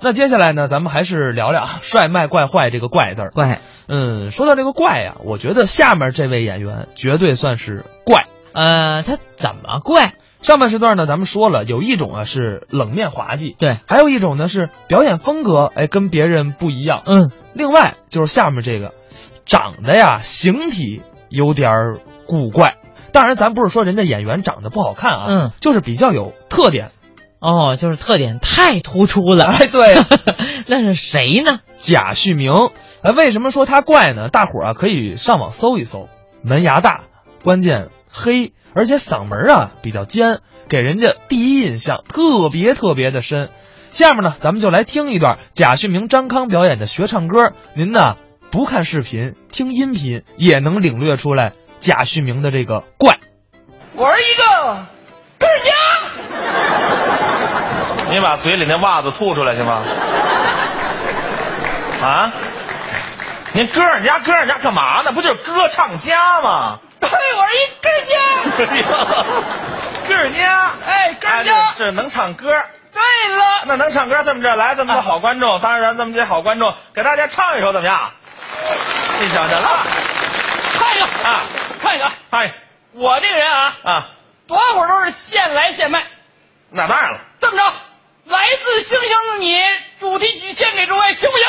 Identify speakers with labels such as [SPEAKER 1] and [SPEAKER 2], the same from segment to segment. [SPEAKER 1] 那接下来呢，咱们还是聊聊“帅卖怪坏”这个“怪”字儿。
[SPEAKER 2] 怪
[SPEAKER 1] 嗯，说到这个怪呀、我觉得下面这位演员绝对算是怪。
[SPEAKER 2] 呃，他怎么怪？
[SPEAKER 1] 上半时段呢，咱们说了，有一种啊是冷面滑稽，
[SPEAKER 2] 对，
[SPEAKER 1] 还有一种呢是表演风格，哎，跟别人不一样。
[SPEAKER 2] 嗯，
[SPEAKER 1] 另外就是下面这个，长得呀形体有点儿古怪。当然，咱不是说人家演员长得不好看啊，
[SPEAKER 2] 嗯，
[SPEAKER 1] 就是比较有特点。
[SPEAKER 2] 哦，就是特点太突出了。
[SPEAKER 1] 哎，对，
[SPEAKER 2] 那是谁呢？
[SPEAKER 1] 贾旭明。哎，为什么说他怪呢？大伙儿啊可以上网搜一搜，门牙大，关键黑，而且嗓门啊比较尖，给人家第一印象特别特别的深。下面呢，咱们就来听一段贾旭明、张康表演的学唱歌。您呢不看视频，听音频也能领略出来贾旭明的这个怪。
[SPEAKER 3] 我是一个根儿娘，
[SPEAKER 4] 你把嘴里那袜子吐出来行吗？啊？您歌唱家歌唱家干嘛呢？不就是歌唱家吗？
[SPEAKER 3] 对，我是一根儿娘。
[SPEAKER 4] 哎呦， 歌唱家，
[SPEAKER 3] 哎歌唱家
[SPEAKER 4] 哎这这能唱歌。
[SPEAKER 3] 对了，
[SPEAKER 4] 那能唱歌，这么着来，咱们的好观众，当然咱咱们这好观众给大家唱一首怎么样？你想想啊，
[SPEAKER 3] 看一个
[SPEAKER 4] 啊
[SPEAKER 3] 看一个，
[SPEAKER 4] 哎
[SPEAKER 3] 我这个人啊，
[SPEAKER 4] 啊，
[SPEAKER 3] 多少会儿都是现来现卖。
[SPEAKER 4] 那当然了，
[SPEAKER 3] 这么着，来自星星的你主题曲献给诸位，行不行？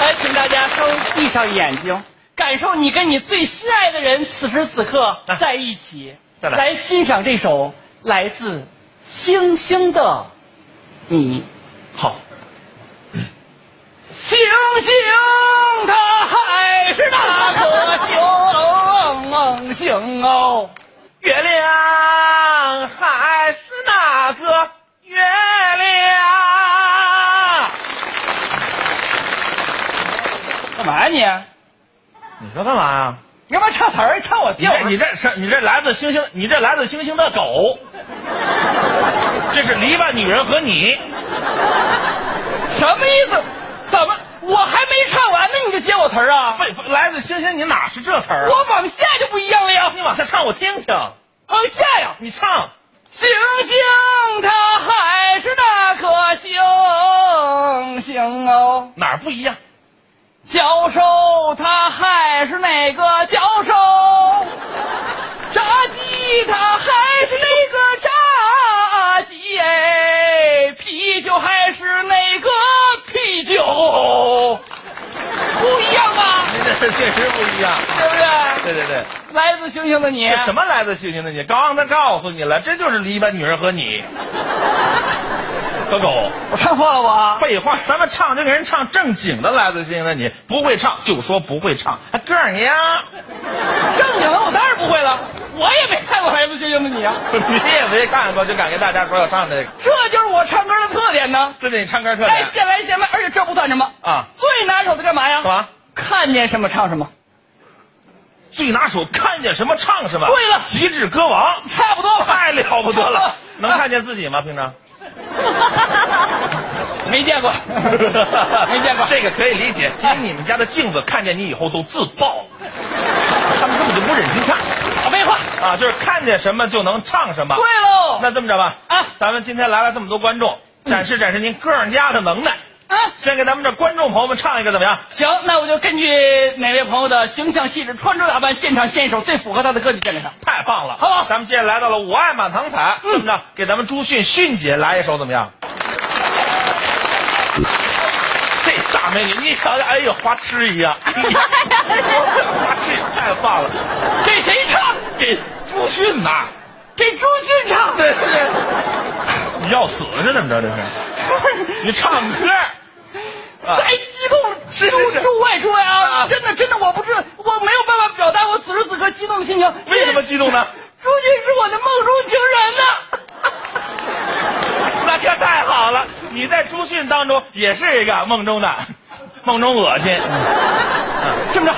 [SPEAKER 3] 来，哎请大家都闭上眼睛，感受你跟你最心爱的人此时此刻
[SPEAKER 4] 啊
[SPEAKER 3] 在一起，
[SPEAKER 4] 再来
[SPEAKER 3] 来欣赏这首来自星星的你。
[SPEAKER 4] 好，
[SPEAKER 3] 星星它还是那颗星星哦，
[SPEAKER 4] 月亮还是那个月亮。
[SPEAKER 3] 干嘛呀你？
[SPEAKER 4] 你说干嘛呀、
[SPEAKER 3] 你干嘛唱词儿？唱我
[SPEAKER 4] 你
[SPEAKER 3] 叫
[SPEAKER 4] 这你这是你这来自星星，你这来自星星的狗，这是篱笆女人和你，
[SPEAKER 3] 什么意思？怎么我还没唱完呢，你就接我词儿啊？
[SPEAKER 4] 不不来自星星，你哪是这词儿啊？
[SPEAKER 3] 我往下就不一样了呀，
[SPEAKER 4] 你往下唱，我听听，
[SPEAKER 3] 往下呀，
[SPEAKER 4] 你唱。
[SPEAKER 3] 星星它还是那颗星星哦，
[SPEAKER 4] 哪儿不一样？
[SPEAKER 3] 教授他还是那个教授，炸鸡他还是那个炸鸡哎，啤酒还是那个啤酒，不一样吧？
[SPEAKER 4] 这这确实不一样。
[SPEAKER 3] 对不对？
[SPEAKER 4] 对对对，
[SPEAKER 3] 来自星星的你，
[SPEAKER 4] 这什么来自星星的你？刚才告诉你了，这就是篱笆女人和 你，个狗。
[SPEAKER 3] 我啊唱错了吧？
[SPEAKER 4] 废话，咱们唱就给人唱正经的来自星星的你，不会唱就说不会唱， 还个儿娘，
[SPEAKER 3] 正经的我当然不会了，我也没看过《来自星星的你》啊，
[SPEAKER 4] 你也没干过就敢跟大家说要唱这个。
[SPEAKER 3] 这就是我唱歌的特点呢。
[SPEAKER 4] 这是你唱歌特
[SPEAKER 3] 哎，
[SPEAKER 4] 点
[SPEAKER 3] 现来现卖，而且这不算什么，
[SPEAKER 4] 啊？
[SPEAKER 3] 最拿手的干嘛呀？
[SPEAKER 4] 干嘛？
[SPEAKER 3] 看见什么唱什么，
[SPEAKER 4] 最拿手，看见什么唱什么。
[SPEAKER 3] 对了
[SPEAKER 4] 极致歌王，
[SPEAKER 3] 差不多吧
[SPEAKER 4] 太啊了不得了。能看见自己吗？平常
[SPEAKER 3] 没见 过，没见过。
[SPEAKER 4] 这个可以理解，因为你们家的镜子看见你以后都自爆，他们根本就不忍心看
[SPEAKER 3] 啊废话，
[SPEAKER 4] 啊，就是看见什么就能唱什么。
[SPEAKER 3] 对喽。
[SPEAKER 4] 啊那这么着吧，
[SPEAKER 3] 啊
[SPEAKER 4] 咱们今天来了这么多观众，展示展示您歌唱家的能耐。
[SPEAKER 3] 啊，
[SPEAKER 4] 先给咱们这观众朋友们唱一个怎么样？
[SPEAKER 3] 行，那我就根据哪位朋友的形象气质、穿着打扮，现场献一首最符合他的歌曲献给他。
[SPEAKER 4] 太棒了！
[SPEAKER 3] 好不好
[SPEAKER 4] 咱们接下来到了我爱满堂彩，
[SPEAKER 3] 嗯
[SPEAKER 4] 这么着给咱们朱迅迅姐来一首怎么样？这大美女，你瞧瞧，哎呦，花痴一样，花痴也太棒了！
[SPEAKER 3] 给谁唱？
[SPEAKER 4] 给朱迅呐，
[SPEAKER 3] 给朱迅唱。
[SPEAKER 4] 对对对，你要死是怎么着？这是你唱歌，啊
[SPEAKER 3] 太激动了，
[SPEAKER 4] 是是是
[SPEAKER 3] 诸位诸位啊，
[SPEAKER 4] 啊
[SPEAKER 3] 真的真的，我不知我没有办法表达我此时此刻激动的心情。
[SPEAKER 4] 为什么激动呢？
[SPEAKER 3] 朱迅是我的梦中情人呐、
[SPEAKER 4] 那可太好了！你在朱迅当中也是一个梦中的，梦中恶心。
[SPEAKER 3] 这么着，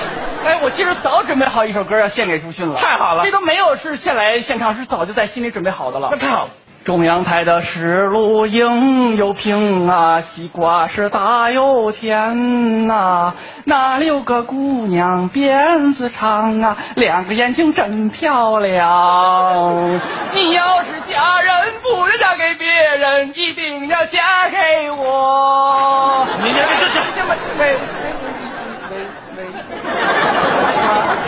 [SPEAKER 3] 哎，我其实早准备好一首歌要献给朱迅了，
[SPEAKER 4] 太好了
[SPEAKER 3] 这都没有是现来现唱，是早就在心里准备好的了
[SPEAKER 4] 那。太好了，
[SPEAKER 3] 中央台的石路应有评啊，西瓜是大又甜呐、那里有个姑娘辫子长啊，两个眼睛真漂亮。你要是嫁人不是嫁给别人，一定要嫁给我。
[SPEAKER 4] 你这这这
[SPEAKER 3] 这么没没没没，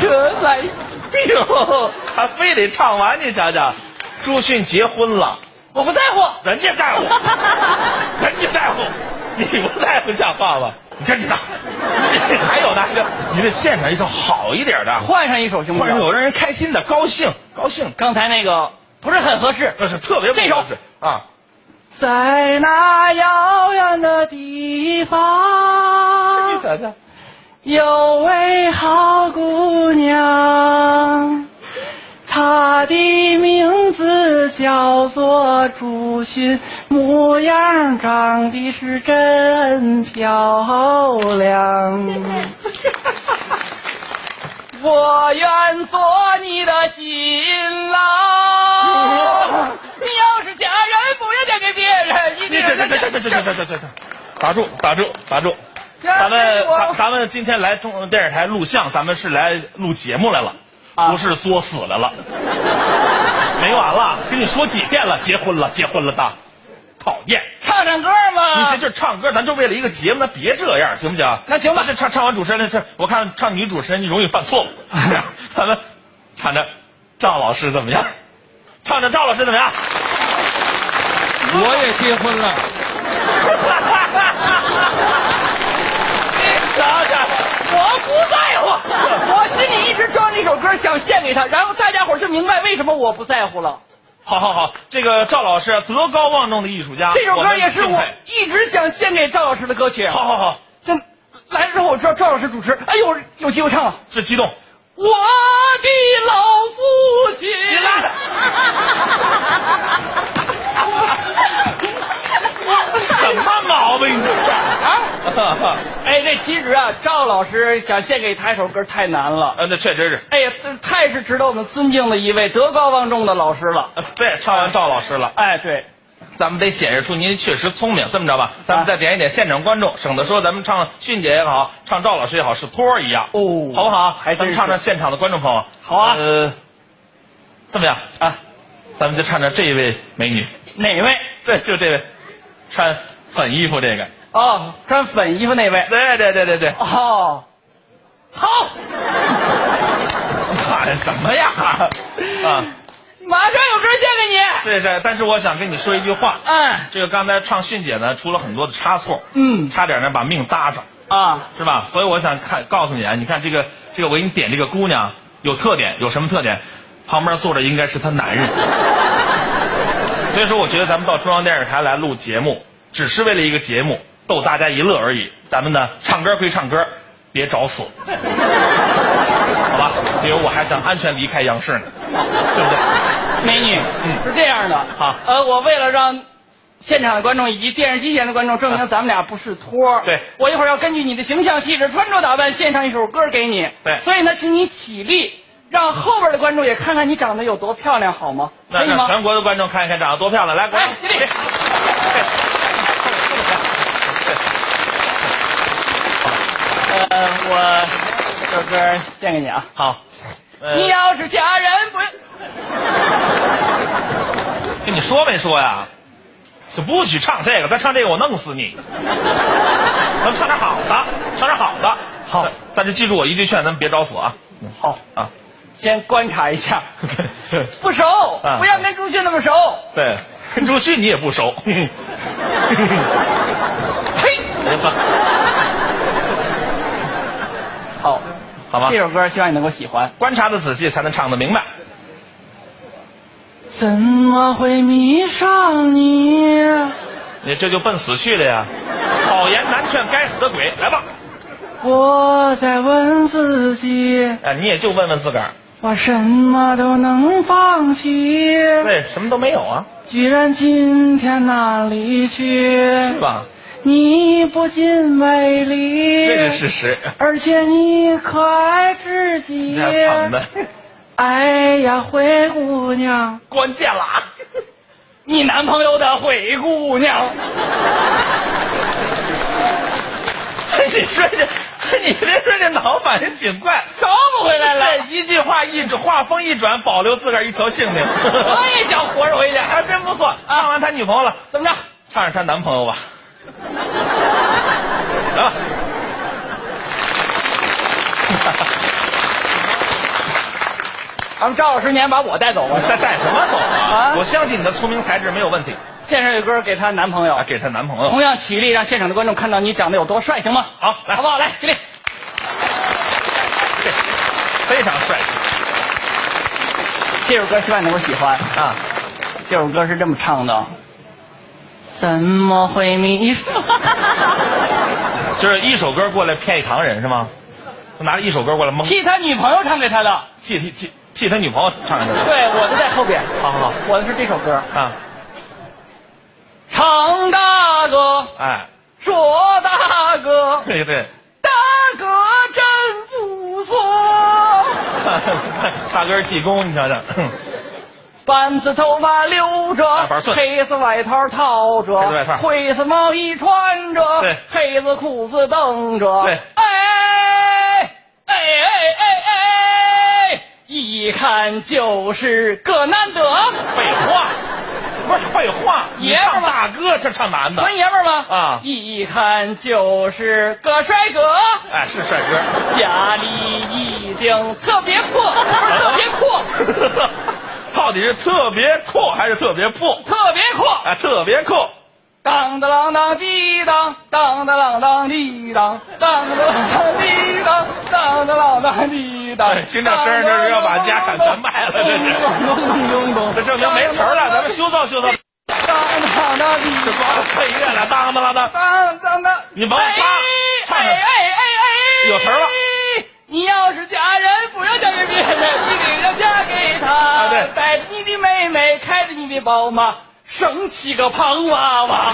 [SPEAKER 3] 这来
[SPEAKER 4] 哎呦，还非得唱完，你瞧瞧，朱迅结婚了，
[SPEAKER 3] 我不在乎。
[SPEAKER 4] 人家在乎，人家在乎，你不在乎像话吗？你真知道，还有呢，行，你得现场一首好一点的，
[SPEAKER 3] 换上一首行不
[SPEAKER 4] 换
[SPEAKER 3] 行？
[SPEAKER 4] 上有让人开心的，高兴，高兴，
[SPEAKER 3] 刚才那个不是很合适。
[SPEAKER 4] 那是特别不
[SPEAKER 3] 这首
[SPEAKER 4] 合适啊。
[SPEAKER 3] 在那遥远的地方，
[SPEAKER 4] 瞧，
[SPEAKER 3] 有位好姑娘，她的名字叫做朱迅，模样长得是真漂 亮。我愿做你的新郎。你要是嫁人，不要嫁给别人，一
[SPEAKER 4] 你
[SPEAKER 3] 定要
[SPEAKER 4] 这
[SPEAKER 3] 嫁
[SPEAKER 4] 这
[SPEAKER 3] 给
[SPEAKER 4] 这这这这这这这这，打住，打住，打住。
[SPEAKER 3] 嫁
[SPEAKER 4] 咱们
[SPEAKER 3] 给我
[SPEAKER 4] 咱咱们今天来中央电视台录像，咱们是来录节目来了，
[SPEAKER 3] 啊
[SPEAKER 4] 不是作死来了。没完了，跟你说几遍了，结婚了，结婚了的，讨厌！
[SPEAKER 3] 唱唱歌
[SPEAKER 4] 你
[SPEAKER 3] 嘛
[SPEAKER 4] 这。这唱歌，咱就为了一个节目，咱别这样，行不行？
[SPEAKER 3] 啊那行吧
[SPEAKER 4] 这唱唱完主持人的事，我看唱女主持人容易 犯错误。咱们唱着赵老师怎么样？唱着赵老师怎么样？
[SPEAKER 1] 我也结婚了，
[SPEAKER 4] 瞧瞧。
[SPEAKER 3] 我不在乎， 我心里一直装这首歌想献给他，然后大家伙儿就明白为什么我不在乎了。
[SPEAKER 4] 好好好，这个赵老师啊德高望重的艺术家，
[SPEAKER 3] 这首
[SPEAKER 4] 啊我
[SPEAKER 3] 歌
[SPEAKER 4] 们
[SPEAKER 3] 也是
[SPEAKER 4] 敬
[SPEAKER 3] 我
[SPEAKER 4] 佩
[SPEAKER 3] 一直想献给赵老师的歌曲。
[SPEAKER 4] 好好好，
[SPEAKER 3] 这来了之后我知道赵老师主持，哎呦，有机会唱 了。
[SPEAKER 4] 这激动，
[SPEAKER 3] 我的老父亲，
[SPEAKER 4] 你拉倒什么毛病你这是？呃
[SPEAKER 3] 啊！ 哎，这其实啊，赵老师想献给他一首歌太难了。
[SPEAKER 4] 呃，那确实是，
[SPEAKER 3] 哎呀，这太是值得我们尊敬的一位德高望重的老师了。
[SPEAKER 4] 呃对，唱完赵老师了，
[SPEAKER 3] 哎，对，
[SPEAKER 4] 咱们得显示出您确实聪明。这么着吧，咱们再点一点现场观众，省得说咱们唱迅姐也好，唱赵老师也好是托儿一样，
[SPEAKER 3] 哦
[SPEAKER 4] 好不好？
[SPEAKER 3] 还真
[SPEAKER 4] 咱们
[SPEAKER 3] 是
[SPEAKER 4] 唱唱现场的观众朋友，
[SPEAKER 3] 好啊
[SPEAKER 4] 呃，这么样，
[SPEAKER 3] 啊，
[SPEAKER 4] 咱们就唱唱这位美女，
[SPEAKER 3] 哪位？
[SPEAKER 4] 对，就这位，穿粉衣服这个，
[SPEAKER 3] 哦，穿粉衣服那位。
[SPEAKER 4] 对对对对对。
[SPEAKER 3] 哦，好，
[SPEAKER 4] 喊什么呀？ 啊，
[SPEAKER 3] 马上有歌献给你。
[SPEAKER 4] 是是，但是我想跟你说一句话。
[SPEAKER 3] 嗯
[SPEAKER 4] 这个刚才唱迅姐呢，出了很多的差错，
[SPEAKER 3] 嗯
[SPEAKER 4] 差点呢把命搭着，
[SPEAKER 3] 啊，
[SPEAKER 4] 是吧？所以我想看告诉你啊，你看这个这个，我给你点这个姑娘有特点，有什么特点？旁边坐着应该是她男人。 所以说，我觉得咱们到中央电视台来录节目，只是为了一个节目逗大家一乐而已。咱们呢，唱歌归唱歌，别找死，好吧？因为我还想安全离开央视呢，对不对？
[SPEAKER 3] 美女，
[SPEAKER 4] 嗯
[SPEAKER 3] 是这样的。
[SPEAKER 4] 好
[SPEAKER 3] 呃，我为了让。现场的观众以及电视机前的观众证明咱们俩不是托儿
[SPEAKER 4] 对
[SPEAKER 3] 我一会儿要根据你的形象气质、穿着打扮献上一首歌给你。
[SPEAKER 4] 对
[SPEAKER 3] 所以呢，请你起立，让后边的观众也看看你长得有多漂亮，好吗？
[SPEAKER 4] 那
[SPEAKER 3] 可以
[SPEAKER 4] 让
[SPEAKER 3] 吗？哎
[SPEAKER 4] 全国的观众看一看长得多漂亮，来，哎观
[SPEAKER 3] 来，
[SPEAKER 4] 众
[SPEAKER 3] 起立。呃，我这首歌献给你啊。
[SPEAKER 4] 好，呃
[SPEAKER 3] 你要是嫁人不，
[SPEAKER 4] 跟你说没说呀？就不许唱这个，再唱这个我弄死你！咱们唱点好的，唱点好的。
[SPEAKER 3] 好
[SPEAKER 4] 但，但是记住我一句劝，咱们别找死啊！
[SPEAKER 3] 好，
[SPEAKER 4] 啊，
[SPEAKER 3] 先观察一下，
[SPEAKER 4] 对
[SPEAKER 3] 不熟，
[SPEAKER 4] 啊
[SPEAKER 3] 不要跟朱迅那么熟。
[SPEAKER 4] 对，跟朱旭你也不熟。嘿，哎呀妈
[SPEAKER 3] 好，
[SPEAKER 4] 好吧
[SPEAKER 3] 这，首歌希望你能够喜欢。
[SPEAKER 4] 观察的仔细才能唱的明白。
[SPEAKER 3] 怎么会迷上你？
[SPEAKER 4] 你这就奔死去了呀！好言难劝，该死的鬼，来吧！
[SPEAKER 3] 我在问自己，
[SPEAKER 4] 哎，你也就问问自个儿，
[SPEAKER 3] 我什么都能放弃，
[SPEAKER 4] 对，什么都没有啊，
[SPEAKER 3] 居然今天哪里去
[SPEAKER 4] 是？吧？
[SPEAKER 3] 你不仅美丽，
[SPEAKER 4] 这是事实。
[SPEAKER 3] 而且你可爱至极
[SPEAKER 4] 你。看捧的，
[SPEAKER 3] 哎呀，灰姑娘，
[SPEAKER 4] 关键了啊！
[SPEAKER 3] 你你男朋友的灰姑娘。
[SPEAKER 4] 哎你说这，哎你别说这脑反应挺快，
[SPEAKER 3] 找不回来了，
[SPEAKER 4] 一句话一转，话锋一转，保留自个儿一条性命。
[SPEAKER 3] 我也想活着回去。
[SPEAKER 4] 还真不错，唱完他女朋友了，
[SPEAKER 3] 怎么着？
[SPEAKER 4] 唱上他男朋 友吧。啊来吧。
[SPEAKER 3] 咱们赵老师，你还把我带走吧
[SPEAKER 4] 我？现在带什么走啊
[SPEAKER 3] 啊？
[SPEAKER 4] 我相信你的聪明才智没有问题。
[SPEAKER 3] 献上一首歌给她男朋友
[SPEAKER 4] 啊，，给她男朋友
[SPEAKER 3] 同。样起立，让现场的观众看到你长得有多帅，行吗？
[SPEAKER 4] 好来
[SPEAKER 3] 好不好？来，起立。
[SPEAKER 4] 对，非常帅气
[SPEAKER 3] 这首歌希望你能够喜欢。
[SPEAKER 4] 啊！
[SPEAKER 3] 这首歌是这么唱的：怎么会 迷上？
[SPEAKER 4] 就是一首歌过来骗一堂人是吗？他拿着一首歌过来蒙
[SPEAKER 3] 替他女朋友唱给他的。
[SPEAKER 4] 替替替替他女朋友唱一首。
[SPEAKER 3] 对，我的在后边。
[SPEAKER 4] 好好好
[SPEAKER 3] 我的是这首歌。
[SPEAKER 4] 啊，
[SPEAKER 3] 常大哥，
[SPEAKER 4] 哎，
[SPEAKER 3] 卓大哥，
[SPEAKER 4] 对对，
[SPEAKER 3] 大哥真不错，
[SPEAKER 4] 大哥是济公，你瞧瞧，
[SPEAKER 3] 板子头发留
[SPEAKER 4] 啊
[SPEAKER 3] 着
[SPEAKER 4] 板寸，
[SPEAKER 3] 黑色外套套着
[SPEAKER 4] 黑色外套，
[SPEAKER 3] 灰色毛衣穿着
[SPEAKER 4] 对，
[SPEAKER 3] 黑色裤子蹬着，
[SPEAKER 4] 对
[SPEAKER 3] 哎哎哎哎哎，一看就是个难得，
[SPEAKER 4] 废话，不是废话，你
[SPEAKER 3] 爷们儿
[SPEAKER 4] 唱
[SPEAKER 3] 嘛
[SPEAKER 4] 大哥是唱男的，
[SPEAKER 3] 纯爷们儿吗？
[SPEAKER 4] 啊
[SPEAKER 3] 一看就是个帅哥。
[SPEAKER 4] 哎，是帅哥。
[SPEAKER 3] 家里一定特别阔，特别阔，
[SPEAKER 4] 到底是特别酷还是特别破？
[SPEAKER 3] 特别阔。
[SPEAKER 4] 啊，特别酷。
[SPEAKER 3] 当当啷当滴当，当当啷当滴当，当当啷当滴当，当当啷当滴
[SPEAKER 4] 哎
[SPEAKER 3] 当。
[SPEAKER 4] 听这声儿这是要把家产全卖了这是
[SPEAKER 3] 咚咚咚咚咚。
[SPEAKER 4] 这证明没词儿了，咱们修造修造，
[SPEAKER 3] 当当当滴
[SPEAKER 4] 这光配乐了，当当当当。
[SPEAKER 3] 当当当。
[SPEAKER 4] 你甭
[SPEAKER 3] 哎
[SPEAKER 4] 唱唱着
[SPEAKER 3] 哎哎哎哎，
[SPEAKER 4] 有词儿了。
[SPEAKER 3] 你要是嫁人，不要嫁给别人，你得要嫁给他。
[SPEAKER 4] 啊对
[SPEAKER 3] 带着你的妹妹，开着你的宝马，生七个胖娃娃。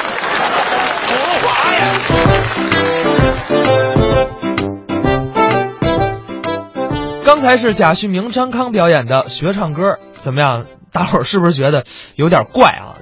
[SPEAKER 4] 不滑呀！
[SPEAKER 1] 刚才是贾旭明、张康表演的学唱歌，怎么样？大伙儿是不是觉得有点怪啊？